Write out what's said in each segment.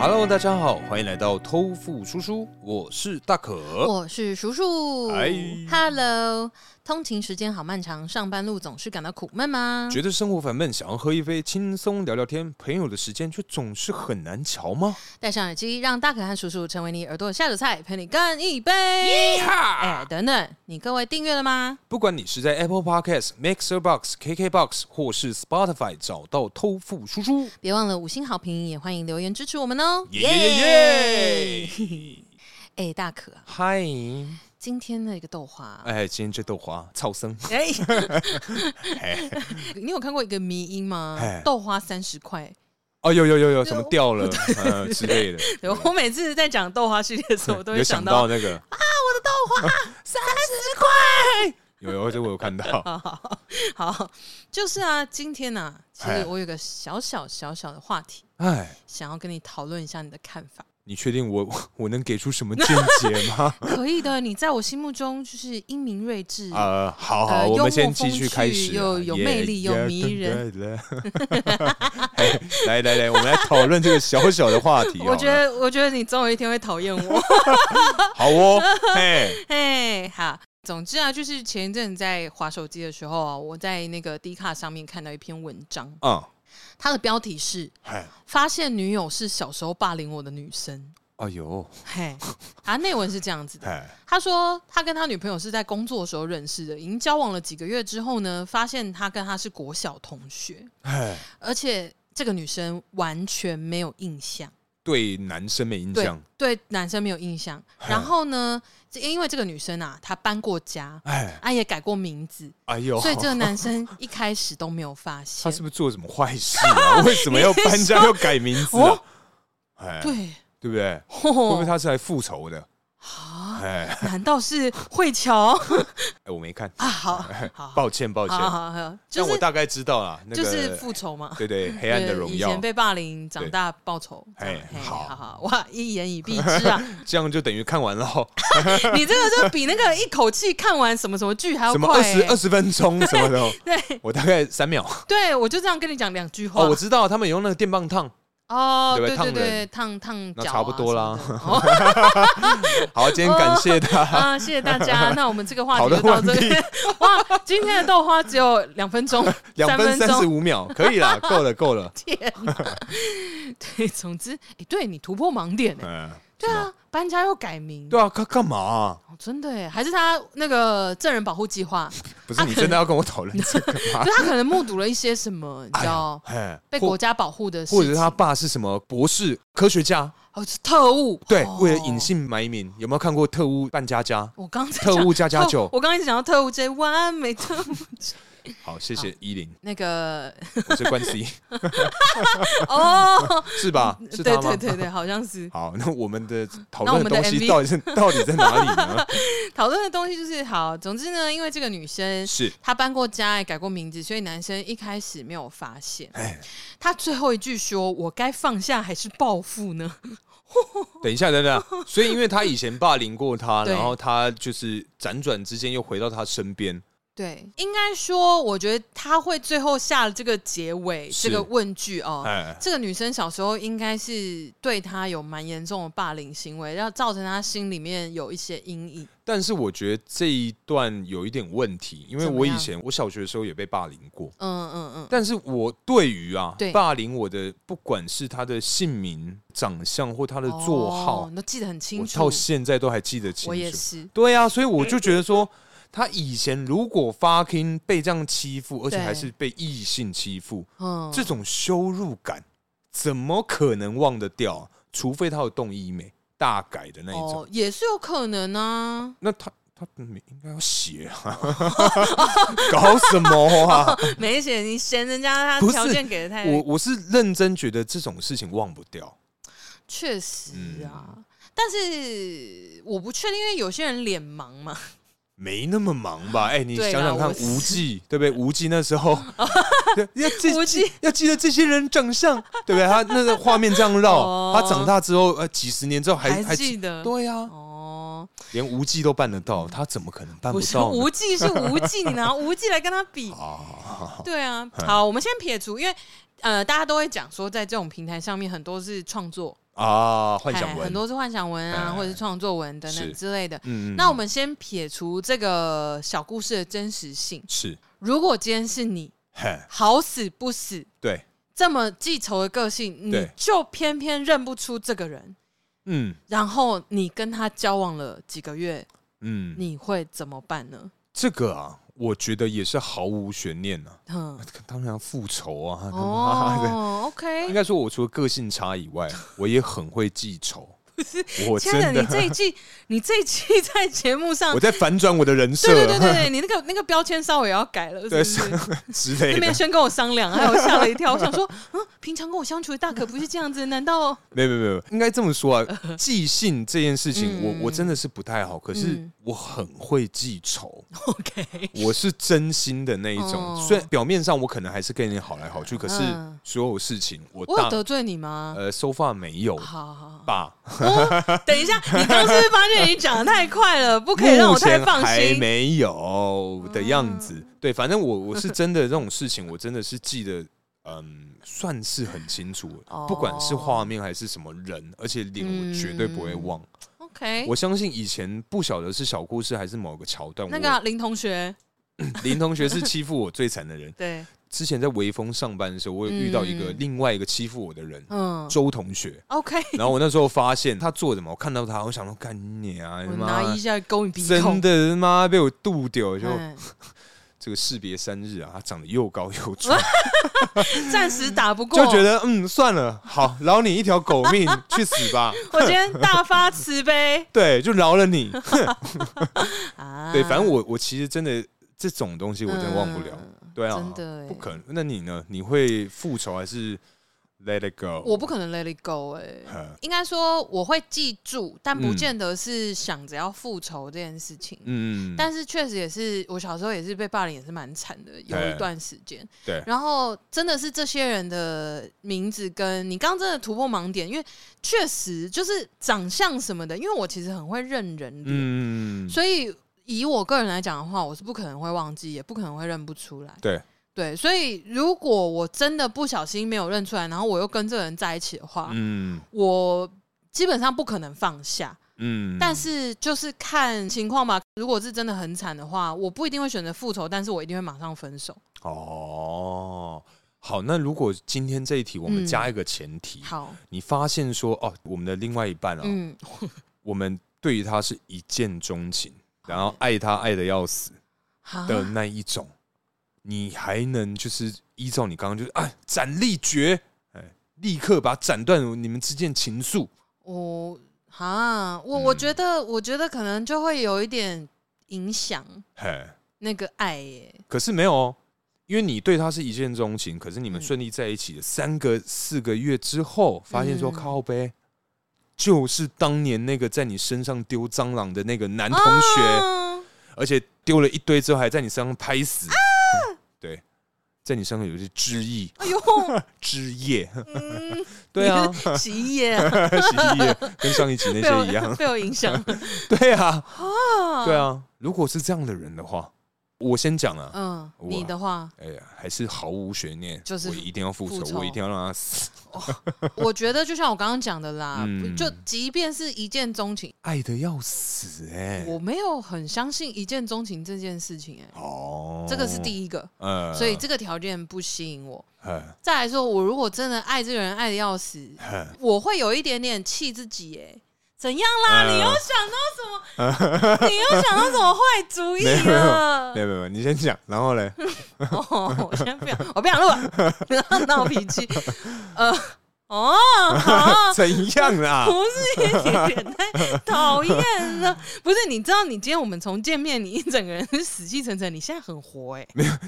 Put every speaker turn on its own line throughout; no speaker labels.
Hello，大家好，欢迎来到偷富叔叔，我是大 可。
我是叔叔
嗨。
Hello，通勤时间好漫长，上班路总是感到苦闷吗？
觉得生活烦闷，想要喝一杯，轻松聊聊天，朋友的时间却总是很难瞧吗？
戴上耳机，让大可和叔叔成为你耳朵的下酒菜，陪你干一杯。哎，等等，你各位订阅了吗？
不管你是在 Apple Podcast、Mixer Box、KK Box 或是 Spotify 找到偷富叔叔，
别忘了五星好评，也欢迎留言支持我们哦。
耶耶耶！
哎，大可啊，
嗨，
今天的一个豆花，
哎，今天这豆花超生，
哎，你有看过一个迷音吗
哎？
豆花三十块。
哦，有有有有，什么掉了呃之类的，
对我每次在讲豆花系列的时 候，我都
有
会
想
想
到
到啊
那个，
三十块。
有有，这我有看到，
好，好，就是啊，今天呢、啊，其
哎
实我有个小小小小的话题，
哎。
想要跟你讨论一下你的看法。
你确定我我 我能给出什么见解 吗？
可以的，你在我心目中就是英明睿智。
呃，好好，
呃
我们
幽默
先继
风
续开始
趣
啊，
又有
耶
魅力又
耶
迷
对
人
对 了哎来来来，我们来讨论这个小小的话题。啊
我觉得，我觉得你总有一天会讨厌我。
好了好 哦，哎，
嘿，好。总之啊，就是前一阵在划手机的时候啊，我在那个 D 卡上面看到一篇文章，
嗯，
它的标题是
哎，
“发现女友是小时候霸凌我的女生
哎呦，”。
嘿，啊，内文是这样子的。
哎，
他说他跟他女朋友是在工作的时候认识的，已经交往了几个月之后呢，发现他跟他是国小同学，
哎，
而且这个女生完全没有印象，
对男生没印
对
象，
对，男生没有 印象。然后呢，这因为这个女生啊，她搬过家，
哎，
啊也改过名字，
哎呦，
所以这个男生一开始都没有 发
他
现
是。不是做什么坏事 啊？为什么要搬家要改名字啊
哦？
哎，
对，
对不对？ 会不会
哦，
他是来复仇的？
啊，
哎，
难道是慧乔
哎我没看，
啊？好好好
抱歉抱歉
好，好好，
但
就
我
是
大概知道了，那
就是
个
复仇嘛。
对 对，黑暗的
对
荣
以
耀
前，被霸凌，长
对
大报仇。这样
哎
嘿
好
好好，哇，一言以蔽之啊！
这样就等于看完了哦。
你这个就比那个一口气看完什么什么剧还要
什么
快
二
欸、
十二十分钟什么的，哦
对
我大概三秒。
对，我就这样跟你讲两句话。
哦，我知道他们有用那个电棒烫。
哦
对
对
不对烫
对对，
人
烫烫
那
脚、啊、
差不多啦
什 么的。哦
好，今天感谢他。
啊，谢谢大家。那我们这个话
好
题
的
就到这
完毕，
里。哇，今天的豆花只有两分钟
两分
三
三十
钟。
五秒，可以啦，够了，够 了。
天哪对， 总之，哎、对你突破盲点、欸，
嗯，
对啊，搬家又改名，
对啊，干干嘛啊？
哦真的耶，还是他那个证人保护计划，
不是你真的要跟我讨论这个吗
就？他可能目睹了一些什么，你知道，
哎，
被
或
国家保护的事情，
或者是他爸是什么博士、科学家？
哦是特务，
对
哦，
为了隐。姓埋名，有没有看过《特务扮家家
我刚才》？
特
讲
务加加
特
酒。
我刚一直讲到特务这完美特 务
好，谢谢依林，
那个
我是关 C，
哦，
是吧？是
对
他吗
对？对对，好像 是
好，那我们的讨
那我
论
们
的
的
东西
MV
到底 是到底在哪里呢？
讨论的东西就是好。总之呢，因为这个女生
是，
她搬过家，也改过名字，所以男生一开始没有发现。
哎，
她最后一句说：“我该放下还是报复呢
等一下，等等，所以因为他以前霸凌过他，
对
然后他就是辗转之间又回到他身边，？”
对，应该说，我觉得她会最后下了这个结尾
是
这个问句哦，
哎，
这个女生小时候应该是对她有蛮严重的霸凌行为，要造成她心里面有一些阴影。
但是我觉得这一段有一点问题，因为
怎么
我以
样
前我小学的时候也被霸凌过，
嗯嗯嗯，
但是我对于啊
对
霸凌我的，不管是他的姓名、长相或他的座号，
哦、你都记得很清
我
楚。
到
我
现在都还记得清楚。
也是，
对啊，所以我
嗯
就觉得说，他以前如果 fucking 被这样欺负，而且
对
还是被异性欺负，
嗯，
这种羞辱感怎么可能忘得掉啊？除非他有动医美大改的那一种。
哦，也是有可能 啊。
那他他嗯应该要写啊， 搞什么啊？
没写，你嫌人家他
不是
条件给的太
我我是认真觉得这种事情忘不掉。
确实啊，但是我不确定，因为有些人脸盲嘛，
没那么忙吧？哎、你
啊对
想
啦
想看
我，是
无忌 对不对？无忌那时 候对要记
无忌
要记得这些人长相，对不对？他那个画面这样绕，
哦
他长大之后，呃，几十年之后还
还记得
对呀、啊，
哦，嗯
连无忌都办得到，他怎么可能办
不是
到呢？
无忌是无 忌，你拿无忌来跟他比，
哦
对啊。
嗯
好，我们先撇除，因为呃，大家都会讲说，在这种平台上面，很多是创作，
啊，幻
哎
想文
很多是幻想文啊，
哎
或者是创作文等
是
等之类的。
嗯嗯
那我们先撇除这个小故事的真实性。
是
如果今天是你，
嘿，
好死不死，
对，
这么记仇的个性，你
对
就偏偏认不出这个人，
嗯
然后你跟他交往了几个月，
嗯，
你会怎么办呢？
这个啊，我觉得也是毫无悬念啊，
嗯，
当然要复仇啊，他 妈的。
哦
应
，OK，
该说，我除了个性差以 外，我也很会记仇。我
亲
真
爱的，
的，
你这一 季，你这一季在节目上
我，在反转我的人设，
对对对对对，你那个那个标签稍微也要改了，是不
对
是？
之
那
类
边
的。
先跟我商量，害我吓了一跳。我想说，嗯，平常跟我相处的大可不是这样子，难道
没有没有没有，应该这么说 啊。记性这件事情，
嗯
我我真的是不太好，可是
嗯
我很会记 仇，
OK？
我是真心的那一种。
哦
虽然表面上我可能还是跟你好来好去，可是
嗯
所有事情我
我有
大
得罪你吗？
呃收发没有
好好好。
吧？
哦，等一下，你刚刚是不是发现你讲的太快了，不可以让
目
我太
前
放
还
心？嗯
没有的样子。对，反正我我是真的这种事情，我真的是记得，嗯，算是很清楚
哦，
不管是画面还是什么人，而且脸我绝对不会忘。
嗯 OK，
我相信以前不晓得是小故事还是某个桥段，
那个啊林同学，
我林同学是欺负我最惨的人。
对，
之前在微风上班的时候，我有遇到一个
嗯
另外一个欺负我的人，
嗯
周同学。
，OK，
然后我那时候发现他做什么，我看到他，我想说干你啊，
我
妈
拿一下勾你鼻
真
孔，
的他妈被我度掉，就
嗯
这个士别三日啊，他长得又高又 壮，
哦暂时打不过，
就觉得嗯算了，好饶你一条狗命，去死 吧！
我今天大发慈悲
对，就饶了 你。
啊
对，反正我我其实真的这种东西我真的忘不了。
嗯
对啊，
真的欸
不可能。那你呢？你会复仇还是 let it go？
我不可能 let it go 哎。
嗯
应该说我会记住，但不
嗯
见得是想着要复仇这件事情。
嗯，
但是确实也是，我小时候也是被霸凌，也是蛮惨的，有
对
一段时间。
对
然后真的是这些人的名字跟你刚刚真的突破盲点，因为确实就是长相什么的，因为我其实很会认人脸，
嗯，
所以以我个人来讲的话，我是不可能会忘记，也不可能会认不出来。
对，
对，所以如果我真的不小心没有认出来，然后我又跟这个人在一起的话，
嗯
我基本上不可能放下。
嗯，
但是就是看情况吧。如果是真的很惨的话，我不一定会选择复仇，但是我一定会马上分手。
哦，好，那如果今天这一题我们
嗯
加一个前提，
好，
你发现说哦，我们的另外一半啊，
嗯，
我们对于他是一见钟情，然后爱他爱的要死
好，
的那一种，你还能就是依照你刚刚就是啊斩立决，哎，立刻把它斩断你们之间的情愫。
我哈，
嗯
我我觉得，我觉得可能就会有一点影响
嘿，
那个爱耶。
可是没有哦，因为你对他是一见钟情，可是你们
嗯
顺利在一起的三个四个月之后，发现说
嗯
靠呗。就是当年那个在你身上丢蟑螂的那个男同学，
啊
而且丢了一堆之后还在你身上拍死。嗯对，在你身上有一些汁液、
啊哎呦，
汁液，
嗯，
对啊，
你洗衣液 啊
洗衣液跟上一集那
被
些一
我
样，
被我影响了。
对啊，
啊
对，啊。如果是这样的人的话，我先讲啊，
嗯，
我
你的话，
哎呀，还是毫无悬念，
就是
我一定要复
复
仇，
仇
我一定要让他死。
我觉得就像我刚刚讲的啦，
嗯
就即便是一见钟情，
爱的要死哎、
我没有很相信一见钟情这件事情、哎，
哦，
这个是第一个，
呃
所以这个条件不吸引我。
呃
再来说，我如果真的爱这个人爱的要死，
呃
我会有一点点气自己、哎，怎样啦？
嗯
你又想到什么？你又想到什么坏主意
没有没
了
没？有没有，你先讲，然后嘞，
哦，我现在不想，我不想录了，不要闹脾气。呃，哦，好
怎样啊啦？
不是也也太讨厌了。不是，你知道，你今天我们从见面，你一整个人是死气沉沉，你现在很活哎、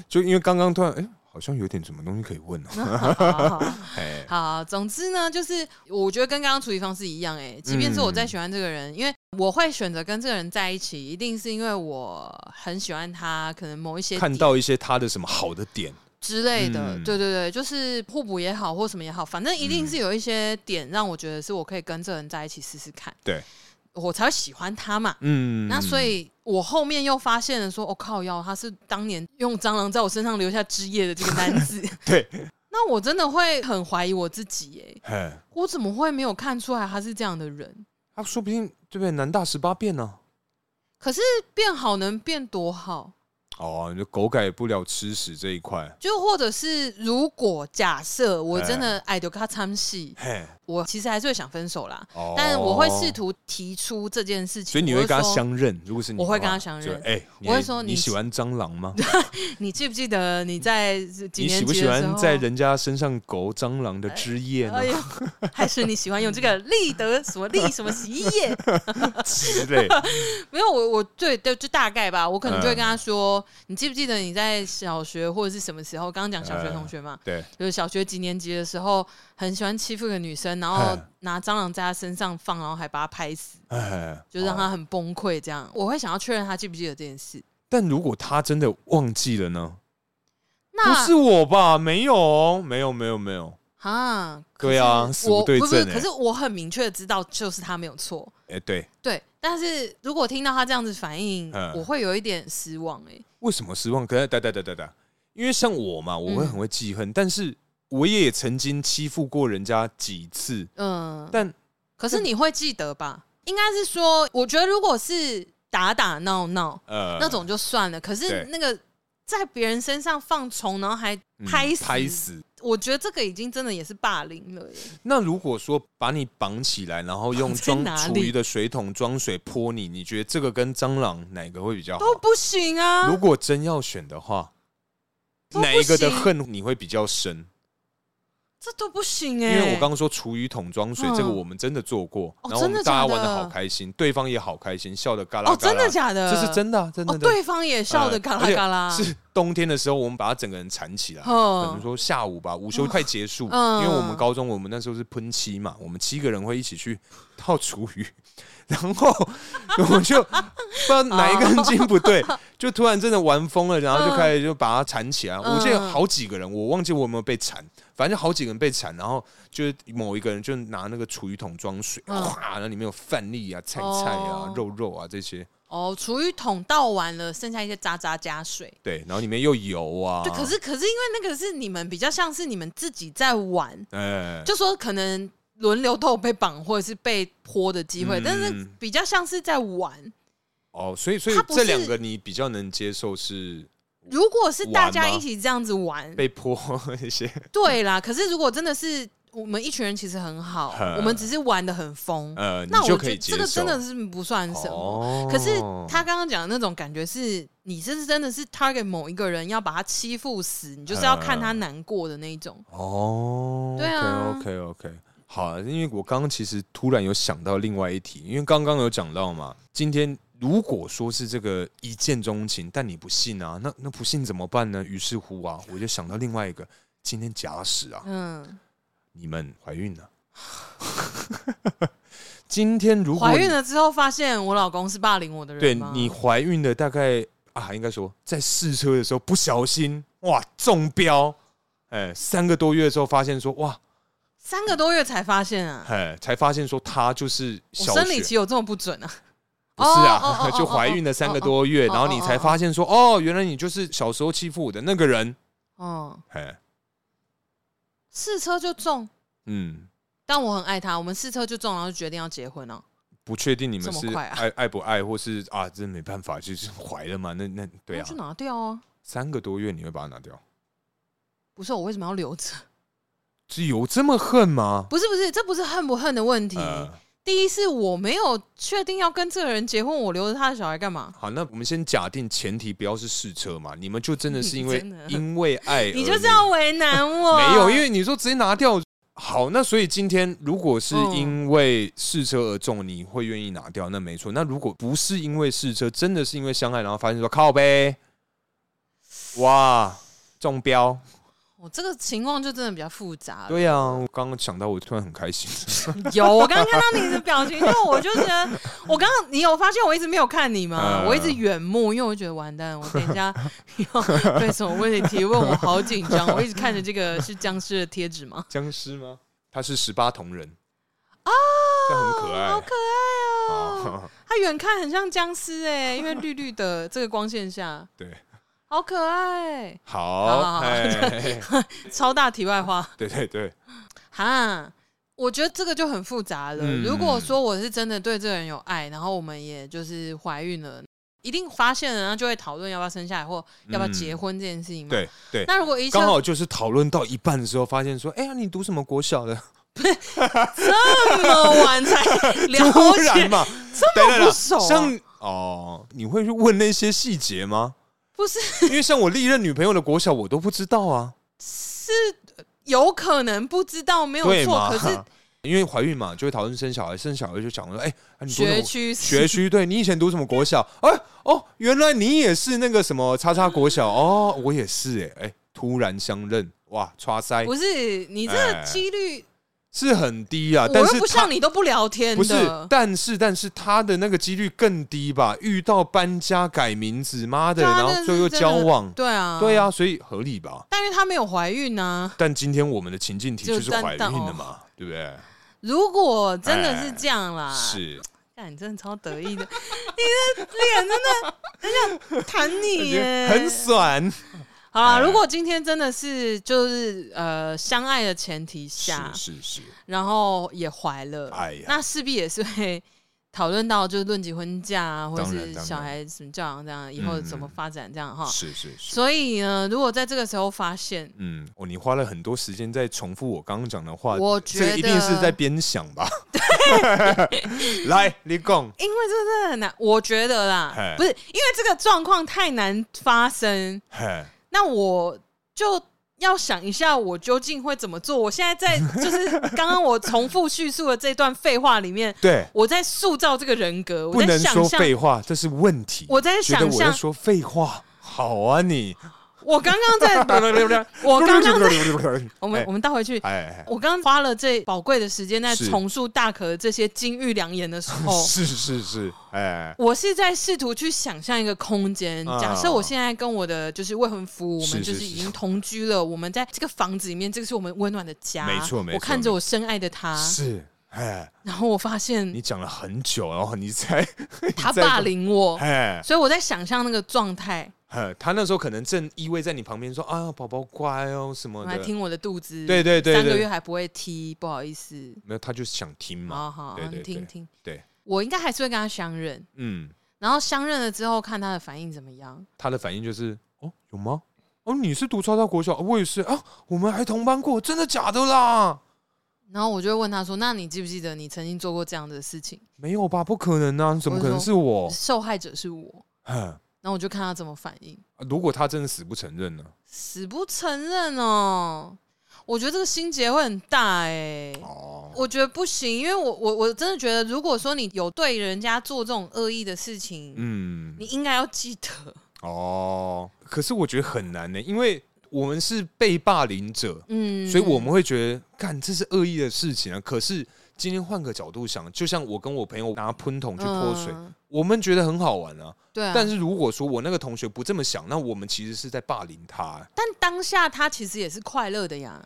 就因为刚刚突然，哎、好像有点什么东西可以问 哦、
好好好
哎、
好，总之呢，就是我觉得跟刚刚处理方式一样、欸，哎，即便是我再喜欢这个人，因为我会选择跟这个人在一起，一定是因为我很喜欢他，可能某一些
看到一些他的什么好的点，
之类的，
嗯
对对对，就是互补也好，或什么也好，反正一定是有一些点让我觉得是我可以跟这个人在一起试试看，
对，
我才会喜欢他嘛。
嗯，
那所以，我后面又发现了说，我、靠腰，他是当年用蟑螂在我身上留下汁液的这个男子。
对，
那我真的会很怀疑我自己、耶，
哎，
我怎么会没有看出来他是这样的人？
他说不定对不对？南大十八变呢、
可是变好能变多好？
哦，你就狗改不了吃屎这一块，
就或者是如果假设我
嗯
真的爱丢他参戏，
嘿，
我其实还是会想分手啦。
哦，
但我会试，图提出这件事情，
所以你会
我
跟他
说，
相认。如果是你的话，
我会跟他相认
就哎、你
我会说
你
你
喜欢蟑螂吗？
你记不记得你在 几
你
年
喜不
级
喜
的时
欢
候啊
在人家身上狗蟑螂的汁液呢
哎？ 呦，还是你喜欢用这个立德什么立什么洗衣 液？
之类，
没有，我我对对，就大概吧。我可能就会跟他说，
嗯
你记不记得你在小学或者是什么时候？刚刚讲小学同学嘛，
对，
就是小学几年级的时候，很喜欢欺负一个女生，然后
嗯
拿蟑螂在她身上放，然后还把她拍死，
哎，
就让
哦
她很崩溃。这样，我会想要确认她记不记得这件事。
但如果他真的忘记了呢？不
那
是我吧？没有哦，没有，没有，没有。
啊，可
对啊
是
死无
我
对
不是，
证欸
可是我很明确的知道，就是她没有错。
哎、对，
对，但是如果听到他这样子反应，
嗯
我会有一点失望哎、
为什么失望？可是，哒哒哒哒哒，因为像我
嗯
嘛，我会很会记恨，但是我也曾经欺负过人家几次，
嗯，
但
可是你会记得吧？应该是说，我觉得如果是打打闹闹、
呃，
那种就算了，可是
对
那个在别人身上放虫，然后还
嗯
拍死，
拍死。
我觉得这个已经真的也是霸凌了耶、
那如果说把你绑起来，然后用
绑在
装
哪
厨
里
余的水桶装水泼你，你觉得这个跟蟑螂哪个会比较好
都？不行啊
哦如！果真要选的话，
都不
哪一个的
行
恨你会比较深？
这都不行哎、
因为我刚刚说厨余桶装水，
嗯
这个我们真的做过，
哦
然后我
真
们
的
大家
假的
玩的好开心，对方也好开心，笑的嘎啦嘎啦。
哦，真的假的？
这是真的啊，真的
哦，
真的。
对方也笑的
嗯
嘎
而
啦
且
嘎啦，
是冬天的时候，我们把它整个人缠起来。
嗯
可能说下午吧，午休快结束，
嗯
因为我们高中我们那时候是喷漆嘛，我们七个人会一起去倒厨余，然后我们就不知道哪一根筋不 对，就突然真的玩疯了，然后就开始就把它缠起来。
嗯
我记得好几个人，我忘记我有没有被缠，反正就好几个人被缠，然后就是某一个人就拿那个厨余桶装水，
嗯
哗，然后里面有饭粒啊、菜菜啊
哦、
肉肉啊这些。
哦，厨余桶倒完了，剩下一些渣渣加水。
对，然后里面又油啊。
对，可是可是因为那个是你们比较像是你们自己在玩，
哎，
就说可能轮流都有被绑或者是被泼的机会，
嗯
但是比较像是在玩。
哦，所以所以
它不
这
是
两个你比较能接受是
如果是大家
玩吗
一起这样子玩，
被泼 一些，
对啦。可是如果真的是我们一群人，其实很好
呵，
我们只是玩的很疯，
呃，你
那
就
我
可
觉
以
得
接受。
这个真的是不算什么。
哦
可是他刚刚讲的那种感觉是，你这是真的是 target 某一个人，要把他欺负死，你就是要看
嗯
他难过的那一种。
哦，
对啊
o k OK OK，好啊，因为我刚刚其实突然有想到另外一题，因为刚刚有讲到嘛，今天。如果说是这个一见钟情，但你不信啊，那那不信怎么办呢？于是乎啊，我就想到另外一个，今天假使啊，
嗯，
你们怀孕了， 今天如果
怀
你
孕了之后发现我老公是霸凌我的
对
人吗？
你怀孕的大概啊，应该说在试车的时候不小心哇中标，哎，三个多月的时候发现说哇，
三个多月才发现啊，
哎，才发现说她就是小
我生理
雪，
期有这么不准啊？
不是
哦
啊
哦哦，哦
就怀孕了三个多月，
哦哦
然后你才发现说哦，原来你就是小时候欺负我的那个人，
哦，
哎，
试车就中，
嗯，
但我很爱他，我们试车就中，然后就决定要结婚啊了、
不确定你们是
这么快啊
爱爱不爱，或是啊，真没办法，就是怀了嘛，那那对啊
那就，拿掉啊。
三个多月你会把它拿掉，
不是我为什么要留着？
这有这么恨吗？
不是不是，这不是恨不恨的问题。
呃
第一是我没有确定要跟这个人结婚，我留着他的小孩干嘛？
好，那我们先假定前提不要是试车嘛，你 们就真的是因为
真的
因为爱而那个，
你就是要为难我。
没有，因为你说直接拿掉，好，那所以今天如果是
嗯
因为试车而中，你会愿意拿掉，那没错。那如果不是因为试车，真的是因为伤害，然后发现说靠呗，哇，中标。
我哦这个情况就真的比较复杂了。
对呀、我刚刚想到，我突然很开心。
有，我刚刚看到你的表情，因为我就觉得，我刚刚你有发现我一直没有看你吗？
嗯
我一直远目，因为我觉得完蛋，我等一下要 被什么问题提问，我好紧 张。我一直看着这个是僵尸的贴纸吗？
僵尸吗？他是十八铜人啊，这样很可爱。
哦好可爱哦！
哦
它远看很像僵尸哎，因为绿绿的这个光线下，
对，
好可爱。好好
好，
好
哎，
超大题外话，
对对 对，
哈，我觉得这个就很复杂了。
嗯
如果说我是真的对这个人有爱，然后我们也就是怀孕了，一定发现了，然后就会讨论要不要生下来或要不要结婚这件事情嘛。
对对。
那如果一切
刚好就是讨论到一半的时候，发现说，哎呀，你读什么国小的？
这么晚才了
突然
解，
嘛，
这么不熟啊、
像哦，你会去问那些细节吗？
不是
因为像我历任女朋友的国小，我都不知道啊。
是有可能不知道没有
对
错，
嘛？
可是
因为怀孕嘛，就会讨论生小孩，生小孩就讲说，哎、啊你读什么
学区是
学区，对你以前读什么国小？哎、哦，原来你也是那个什么叉叉国小哦，我也是哎、哎、突然相认哇，叉塞
不是你这个几率，
是很低啊，
我
但
又
是
不
他
像你都不聊天
不是
的，。
但是但是他的那个几率更低吧？遇到搬家改名字，妈的，
对啊
然后
那是
最后又
真的
交往，
对啊，
对，啊，所以合理吧？
但是他没有怀孕啊呢、
但今天我们的情境题
就
就是
蛋
怀孕
蛋
了
哦啊
嘛，对不对？
如果真的是这样啦，
哎是，
干，你真的超得意的， 你的脸真的很想弹你耶，
很爽，
好啦，
哎
如果今天真的是就是呃相爱的前提下，
是是是，
然后也怀了，
哎呀
那势必也是会讨论到就是论及婚嫁啊，或者
当然
是
当然
小孩什么教养这样，以后怎么发展这样哈。
是是是。
哦所以呢，如果在这个时候发现，
嗯，哦，你花了很多时间在重复我刚刚讲的话，
我
这
觉
个一定
得
是在边想吧？ 来，你讲，
因为这个真的很难，我觉得啦
嘿，
不是因为这个状况太难发生，
嘿
那我就要想一下，我究竟会怎么做。我现在在就是 刚刚我重复叙述的这段废话里面，
对，
我在塑造这个人格，
不
我在
能
想
说
象，
废话，这是问题。
我在
觉得
想
我在
象，
说废话，好啊你。
我刚刚在，我刚刚在，我们我
们
们倒回去。
哎，
我刚刚花了这宝贵的时间在
是
重塑大可这些金玉良言的时候，
是是是，哎，
我是在试图去想象一个空间。
啊
假设我现在跟我的就是未婚夫，我
是
们就是
是
是已经同居了，我们在这个房子里面，这个是我们温暖的家。
没错没错
我看着我深爱的他，
是哎，
然后我发
你
现
讲了很久，然后你才
他
你在
霸凌我，
哎，
所以我在想象那个状态，
哎他那时候可能正依偎在你旁边说啊，宝宝乖哦什么
我还
的，
听我的肚子，
对对对
三个
对
月还不会踢，不好意思，
没有，他就是想听
好
嘛，
好，
对
好
对
你
对
听听，
对，
我应该还是会跟他相认，
嗯，
然后相认了之后看他的反应怎么样。
他的反应就是哦，有吗？哦，你是读超超国小，哦我也是啊，我们还同班过，真的假的啦？
然后我就会问他说：“那你记不记得你曾经做过这样的事情？
没有吧？不可能啊，怎么可能是我？
受害者是我。
哼”
然后我就看他怎么反应，
如果他真的死不承认呢？
死不承认哦。我觉得这个心结会很大哎、
哦，
我觉得不行，因为我我我真的觉得，如果说你有对人家做这种恶意的事情，
嗯
你，应该要记得，
哦，可是我觉得很难呢、因为我们是被霸凌者，
嗯，
所以我们会觉得，干这是恶意的事情啊。可是今天换个角度想，就像我跟我朋友拿喷筒去泼水，
嗯
我们觉得很好玩啊。
对啊，
但是如果说我那个同学不这么想，那我们其实是在霸凌他、啊
但当下他其实也是快乐的呀，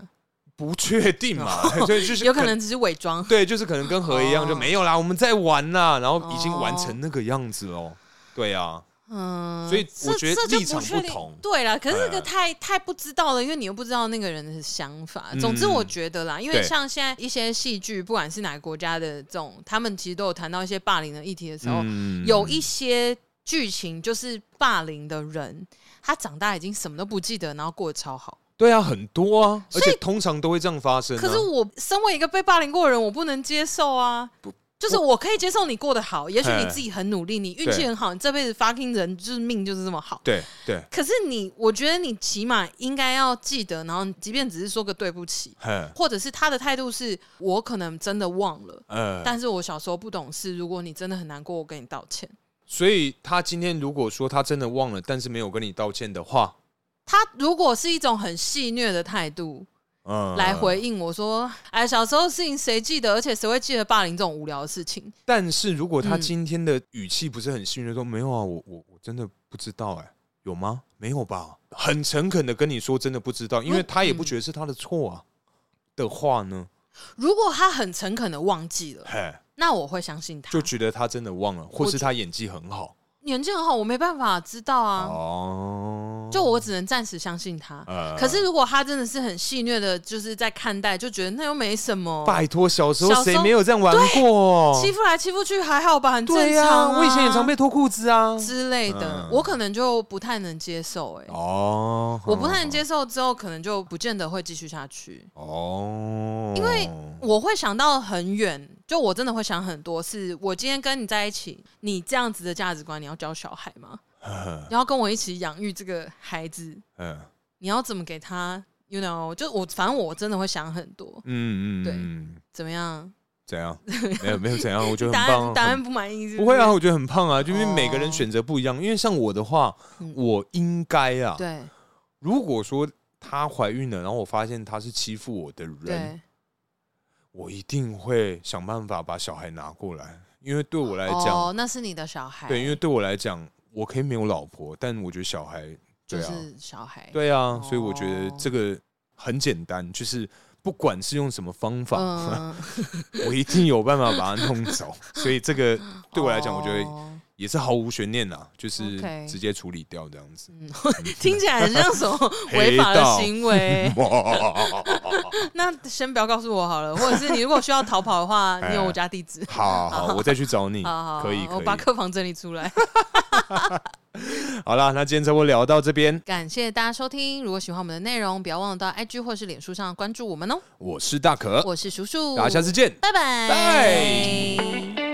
不确定嘛，所 以就是
哦 有可能只是伪装。
对，就是可能跟何一样，
哦
就没有啦，我们在玩啦，然后已经玩成那个样子
哦
喽。对啊，
嗯，
所以我
这
觉得
这就
立场
确
不
定
同
对啦，可是这个
嗯
太太不知道了，因为你又不知道那个人的想法。
嗯
总之，我觉得啦，因为
对
像现在一些戏剧，不管是哪个国家的这种，他们其实都有谈到一些霸凌的议题的时候，
嗯
哦有一些剧情就是霸凌的人，他长大已经什么都不记得，然后过得超好。
对啊，很多啊，而
所以
且通常都会这样发生、啊。
可是我身为一个被霸凌过的人，我不能接受啊！就是我可以接受你过得好，也许
嘿
你自己很努力，你运气
对
很好，你这辈子 fucking 人就是命就是这么好。
对对，
可是你，我觉得你起码应该要记得，然后即便只是说个对不起，
哼，
或者是他的态度是我可能真的忘了，
呃，
但是我小时候不懂事，如果你真的很难过，我跟你道歉。
所以他今天如果说他真的忘了，但是没有跟你道歉的话，
他如果是一种很戏谑的态度
嗯，
来回应我说：“哎，小时候事情谁记得？而且谁会记得霸凌这种无聊的事情
但是如果他
嗯
今天的语气不是很信任，说没有啊，我我我真的不知道、哎，有吗？没有吧？很诚恳的跟你说，真的不知
嗯
道，因为他也不觉得是他的错啊。的话呢，？”
嗯如果他很诚恳的忘记了，
嘿，
那我会相信他。
就觉得他真的忘了，或
我
是
觉
他演技很好
年纪很好，我没办法知道啊，
哦。
就我只能暂时相信他。
呃
可是如果他真的是很戏谑的，就是在看待，就觉得那又没什么，
拜托，小时
小时
候
候
谁没有这样玩过？
欺负来欺负去还好吧，很正
对呀、
常、啊。
我以前也常被脱裤子啊。
之类的
嗯，
我可能就不太能接受、哎、
哦，
我不太能接受，之后可能就不见得会继续下去。
哦，
因为我会想到很远，就我真的会想很多是，我今天跟你在一起，你这样子的价值观，你要教小孩 吗？
嗯
你要跟我一起养育这个孩子，
嗯
你要怎么给他？You know，就我反正我真的会想很多，
嗯
对
嗯，
怎么样？
怎 样？没有没有怎样，我觉得很
答
棒啊。
案答案
很
不满意是
不
是
会啊，，我觉得很胖啊，就是
哦
每个人选择不一样。因为像我的话，
嗯
我应该啊，
对
如果说她怀孕了，然后我发现她是欺负我的人，
对，
我一定会想办法把小孩拿过来，因为对我来讲，
哦，那是你的小孩，
对，因为对我来讲，我可以没有老婆，但我觉得小孩，
就
对啊，
是小孩，
对啊，所以我觉得
哦
这个很简单，就是不管是用什么方法，
嗯，
我一定有办法把它弄走。所以这个对我来 讲，我觉得
得
也是毫无悬念啦，就是
哦 OK
直接处理掉这样子。
嗯，听起来很像什么违法
黑
的
道
行为。 那先不要告诉我好了，或者是你如果需要逃跑的话，
哎
你有我家地址。
好好，我再去找你，
好好，好
可以可
我把
以。
客房整理出来。
好啦，那今天差不多聊到这边，
感谢大家收听，如果喜欢我们的内容，不要忘了到 IG 或是脸书上关注我们哦。
我是大可，
我是叔叔，
大家下次见。
拜拜。
拜